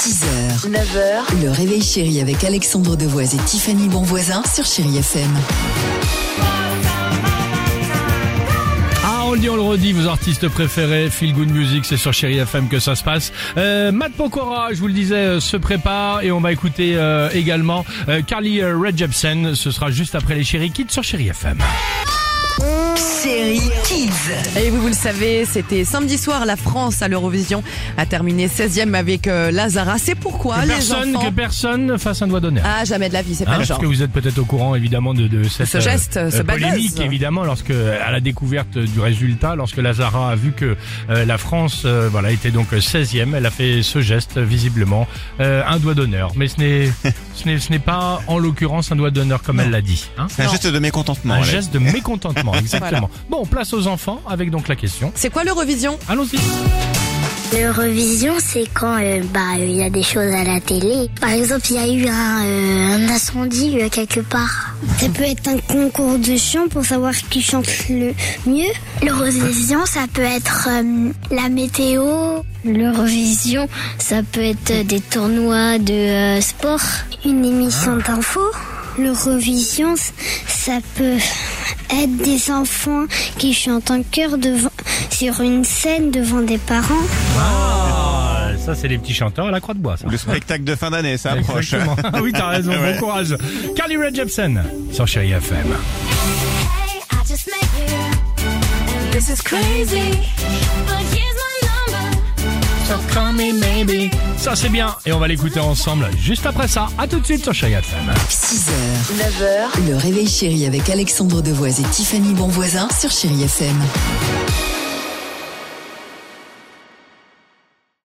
6h, 9h, le réveil chéri avec Alexandre Devoise et Tiffany Bonvoisin sur Chéri FM. Ah, on le dit, on le redit, vos artistes préférés, Feel Good Music, c'est sur Chéri FM que ça se passe. Euh, Matt Pokora, je vous le disais, euh, se prépare et on va écouter euh, également euh, Carly euh, Rae Jepsen. Ce sera juste après les Chéri Kids sur Chéri FM. Oh, Chéri Kids. Et vous, vous le savez, c'était samedi soir, la France à l'Eurovision a terminé 16e avec euh, Lazara. C'est pourquoi Que les personne, enfants... que personne ne fasse un doigt d'honneur. Ah, jamais de la vie, c'est Hein, pas le parce genre. que vous êtes peut-être au courant évidemment de, de cette euh, Ce geste, ce bad buzz. polémique évidemment lorsque à la découverte du résultat lorsque Lazara a vu que euh, la France euh, voilà était donc 16e elle a fait ce geste visiblement euh, un doigt d'honneur mais ce n'est ce n'est ce n'est pas en l'occurrence un doigt d'honneur comme elle l'a dit hein. C'est un geste de mécontentement. un Alex. geste de mécontentement exactement bon place aux enfants avec donc la question C'est quoi l'Eurovision allons-y L'Eurovision, c'est quand euh, bah il y a des choses à la télé. Par exemple, il y a eu un, euh, un incendie euh, quelque part. Ça peut être un concours de chant pour savoir qui chante le mieux. L'Eurovision, ça peut être euh, la météo. L'Eurovision, ça peut être euh, des tournois de euh, sport. Une émission d'info. L'Eurovision, ça peut être des enfants qui chantent en chœur devant, sur une scène devant des parents. ah, ça c'est les petits chanteurs à la croix de bois ça. Le spectacle de fin d'année, ça approche. Exactement. Ah oui t'as raison Ouais. bon courage Carly Rae Jepsen sur Chérie FM Hey, I just met you. And this is crazy. But here's my number. Ça c'est bien et on va l'écouter ensemble juste après ça. À tout de suite sur Chérie FM. 6h, 9h, le réveil chéri avec Alexandre Devoise et Tiffany Bonvoisin sur Chéri FM.